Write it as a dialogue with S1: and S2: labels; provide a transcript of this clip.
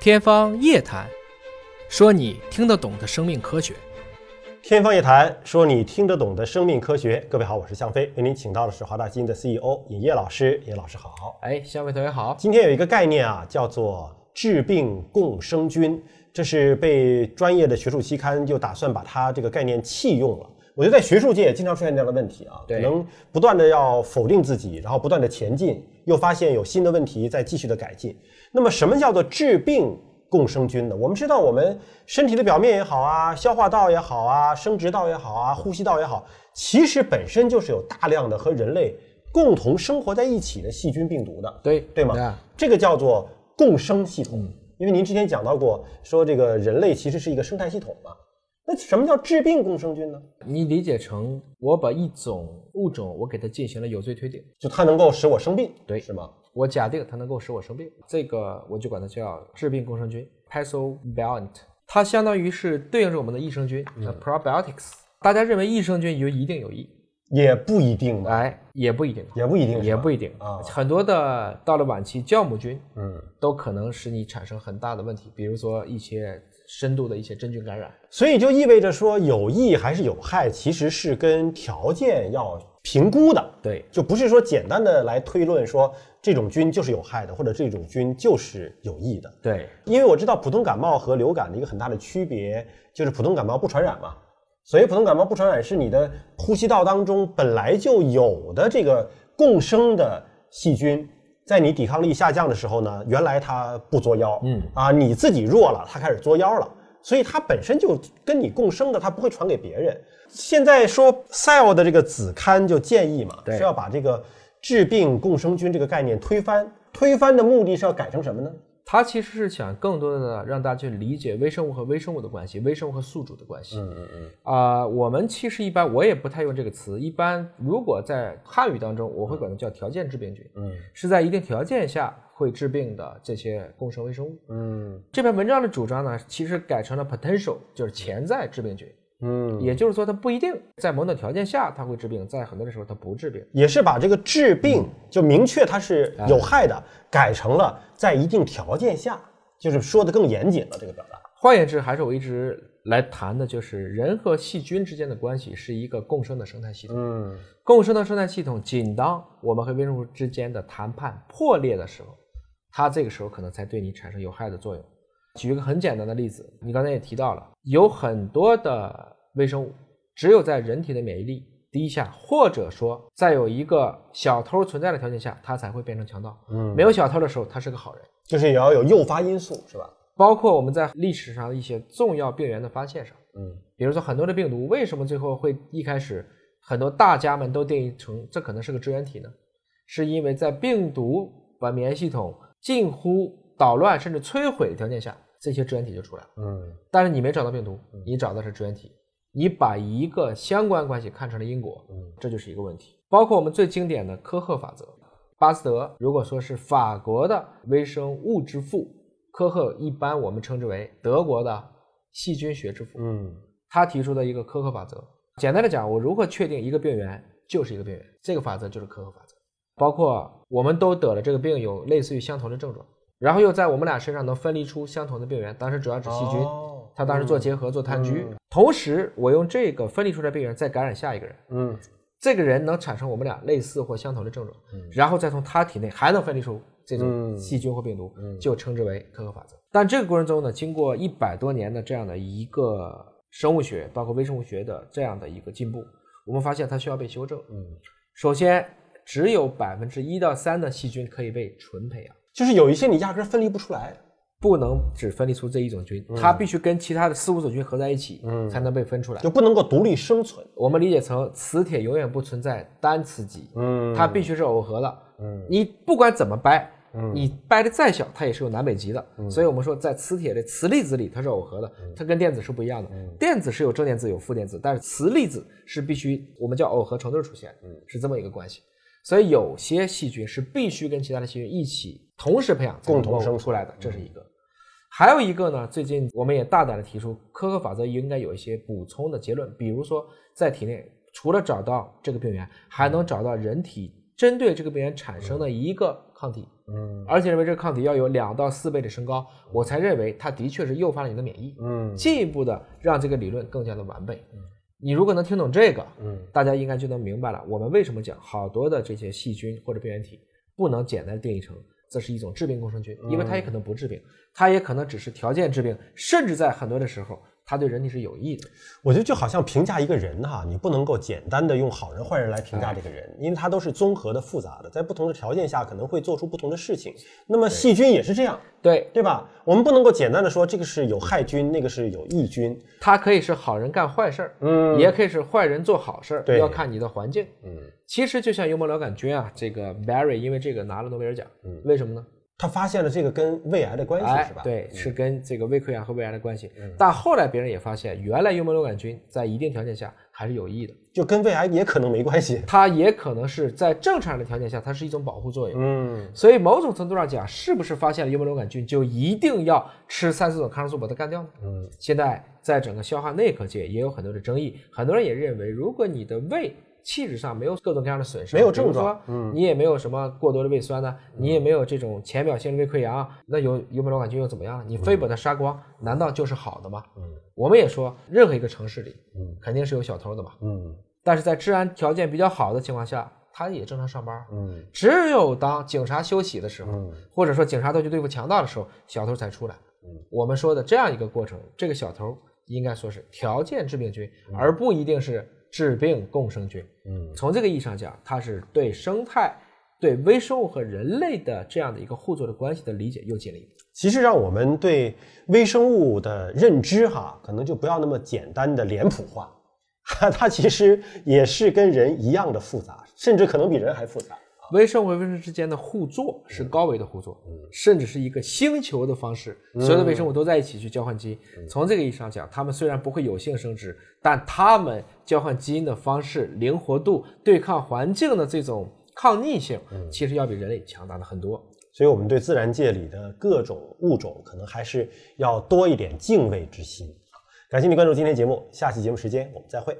S1: 天方夜谭，说你听得懂的生命科学。
S2: 天方夜谭，说你听得懂的生命科学。各位好，我是向飞，为您请到的是华大基因的 CEO 尹烨老师。尹老师好。
S1: 哎，下位同学好，
S2: 今天有一个概念啊，叫做致病共生菌，这是被专业的学术期刊就打算把它这个概念弃用了。我觉得在学术界也经常出现这样的问题啊，
S1: 对
S2: 可能不断的要否定自己，然后不断的前进，又发现有新的问题，再继续的改进。那么什么叫做致病共生菌呢？我们知道，我们身体的表面也好啊，消化道也好啊，生殖道也好啊，呼吸道也好，其实本身就是有大量的和人类共同生活在一起的细菌病毒的。
S1: 对啊嗯
S2: 对吗？这个叫做共生系统。因为您之前讲到过，说这个人类其实是一个生态系统嘛。那什么叫致病共生菌呢？
S1: 你理解成我把一种物种，我给它进行了有罪推定，
S2: 就它能够使我生病，
S1: 对
S2: 是吗？
S1: 我假定它能够使我生病，这个我就管它叫致病共生菌 （pathobionт），它相当于是对应着我们的益生菌
S2: 嗯
S1: （probiotics）。大家认为益生菌就一定有益？
S2: 也不一定吧，
S1: 哎，也不一定，
S2: 也不一定，
S1: 也不
S2: 一
S1: 一定
S2: 啊
S1: 很多的到了晚期，酵母菌
S2: 嗯。
S1: 都可能使你产生很大的问题，比如说一些深度的一些真菌感染。
S2: 所以就意味着说，有益还是有害，其实是跟条件要评估的，
S1: 对，
S2: 就不是说简单的来推论说这种菌就是有害的，或者这种菌就是有益的。
S1: 对，
S2: 因为我知道普通感冒和流感的一个很大的区别就是普通感冒不传染嘛。所谓普通感冒不传染，是你的呼吸道当中本来就有的这个共生的细菌，在你抵抗力下降的时候呢，原来它不作妖，
S1: 嗯
S2: 啊，你自己弱了，它开始作妖了，所以它本身就跟你共生的，它不会传给别人。现在说 Cell 的这个子刊就建议嘛，
S1: 对
S2: 是要把这个致病共生菌这个概念推翻，推翻的目的是要改成什么呢？
S1: 它其实是想更多的让大家去理解微生物和微生物的关系，微生物和宿主的关系。
S2: 嗯嗯嗯，
S1: 啊、我们其实一般我也不太用这个词，一般如果在汉语当中，我会管它叫条件致病菌，
S2: 嗯，
S1: 是在一定条件下会致病的这些共生微生物。
S2: 嗯
S1: 这篇文章的主张呢，其实改成了 potential，就是潜在致病菌，
S2: 嗯，
S1: 也就是说它不一定在某种条件下它会致病，在很多的时候它不致病。
S2: 也是把这个治病就明确它是有害的，改成了在一定条件下，就是说的更严谨了这个表达。
S1: 换言之，还是我一直来谈的，就是人和细菌之间的关系是一个共生的生态系统。
S2: 嗯
S1: 共生的生态系统，仅当我们和微生物之间的谈判破裂的时候，它这个时候可能才对你产生有害的作用。举一个很简单的例子，你刚才也提到了，有很多的微生物只有在人体的免疫力低下，或者说在有一个小偷存在的条件下，它才会变成强盗。
S2: 嗯，
S1: 没有小偷的时候，它是个好人。
S2: 就是也要有诱发因素，是吧？
S1: 包括我们在历史上的一些重要病源的发现上，
S2: 嗯
S1: 比如说很多的病毒为什么最后会一开始很多大家们都定义成这可能是个支原体呢？是因为在病毒把免疫系统近乎捣乱甚至摧毁的条件下，这些支原体就出来了。
S2: 嗯
S1: 但是你没找到病毒，你找到是支原体，你把一个相关关系看成了因果，
S2: 嗯
S1: 这就是一个问题。包括我们最经典的科赫法则，巴斯德如果说是法国的微生物之父，科赫一般我们称之为德国的细菌学之父。
S2: 嗯
S1: 他提出的一个科赫法则，简单的讲，我如何确定一个病源就是一个病源，这个法则就是科赫法则。包括我们都得了这个病，有类似于相同的症状，然后又在我们俩身上能分离出相同的病源，当时主要指细菌。
S2: 哦
S1: 他当时做结合、做炭疽，
S2: 嗯
S1: 同时我用这个分离出来的病原再感染下一个人，
S2: 嗯
S1: 这个人能产生我们俩类似或相同的症状，
S2: 嗯
S1: 然后再从他体内还能分离出这种
S2: 嗯
S1: 细菌或病毒，
S2: 嗯
S1: 就称之为科赫法则。但这个过程中呢，经过一百多年的这样的一个生物学，包括微生物学的这样的一个进步，我们发现它需要被修正。
S2: 嗯，
S1: 首先，只有百分之一到三的细菌可以被纯培养。
S2: 就是有一些你压根儿分离不出来。
S1: 不能只分离出这一种菌，
S2: 嗯
S1: 它必须跟其他的四五种菌合在一起，才能被分出来。
S2: 就不能够独立生存。
S1: 我们理解成磁铁永远不存在单磁极，
S2: 嗯
S1: 它必须是耦合的。
S2: 嗯
S1: 你不管怎么掰，
S2: 嗯
S1: 你掰的再小，它也是有南北极的。所以我们说，在磁铁的磁粒子里，它是耦合的，
S2: 嗯
S1: 它跟电子是不一样的。电子是有正电子有负电子，但是磁粒子是必须我们叫耦合成对出现，
S2: 嗯
S1: 是这么一个关系。所以有些细菌是必须跟其他的细菌一起同时培养，
S2: 共同生存嗯
S1: 出来的，这是一个。还有一个呢，最近我们也大胆的提出，科赫法则应该有一些补充的结论，比如说在体内除了
S2: 嗯
S1: 找到这个病源，还能找到人体针对这个病源产生的一个抗体，
S2: 嗯
S1: 而且认为这个抗体要有两到四倍的升高，我才认为它的确是诱发了你的免疫，
S2: 嗯
S1: 进一步的让这个理论更加的完备。你如果能听懂这个，
S2: 嗯
S1: 大家应该就能明白了，我们为什么讲好多的这些细菌或者病原体不能简单地定义成这是一种致病共生菌，
S2: 嗯
S1: 因为它也可能不致病，它也可能只是条件致病，甚至在很多的时候，它对人体是有益的。
S2: 我觉得就好像评价一个人哈，你不能够简单的用好人坏人来评价这个人，因为他都是综合的、复杂的，在不同的条件下可能会做出不同的事情。那么细菌也是这样，
S1: 对，
S2: 对吧？我们不能够简单的说这个是有害菌，那个是有益菌。
S1: 它可以是好人干坏事儿，
S2: 嗯
S1: 也可以是坏人做好事儿，
S2: 对
S1: 要看你的环境。
S2: 嗯，
S1: 其实就像幽门螺杆菌啊，这个 Barry 因为这个拿了诺贝尔奖，为什么呢？
S2: 他发现了这个跟胃癌的关系
S1: 哎
S2: 嗯是吧？，嗯
S1: 对，是跟这个胃溃疡和胃癌的关系。但后来别人也发现，原来幽门螺杆菌在一定条件下还是有益的，
S2: 就跟胃癌也可能没关系。
S1: 它也可能是在正常的条件下，它是一种保护作用。
S2: 嗯，
S1: 所以某种程度上讲，是不是发现了幽门螺杆菌就一定要吃三四种抗生素把它干掉呢？
S2: 嗯，
S1: 现在在整个消化内科界也有很多的争议，很多人也认为，如果你的胃气质上没有各种各样的损伤，
S2: 没有症状嗯
S1: 状，嗯，你也没有什么过多的胃酸呢、你也没有这种浅表性的胃溃疡，啊那有幽门螺杆菌又怎么样呢？你非把它杀光，难道就是好的吗？嗯，我们也说，任何一个城市里，嗯，肯定是有小偷的嘛，
S2: 嗯
S1: 但是在治安条件比较好的情况下，他也正常上班，
S2: 嗯
S1: 只有当警察休息的时候，或者说警察都去对付强盗的时候，小偷才出来。我们说的这样一个过程，这个小偷应该说是条件致病菌，而不一定是致病共生菌。
S2: 嗯，
S1: 从这个意义上讲，它是对生态、对微生物和人类的这样的一个互作的关系的理解又近了一步。
S2: 其实让我们对微生物的认知哈，可能就不要那么简单的脸谱化， 它其实也是跟人一样的复杂，甚至可能比人还复杂。
S1: 微生物和微生物之间的互作是高维的互作，甚至是一个星球的方式，所有的微生物都在一起去交换基因。从这个意义上讲，它们虽然不会有性生殖，但它们交换基因的方式、灵活度、对抗环境的这种抗逆性，其实要比人类强大的很多。
S2: 所以，我们对自然界里的各种物种，可能还是要多一点敬畏之心。感谢您关注今天节目，下期节目时间我们再会。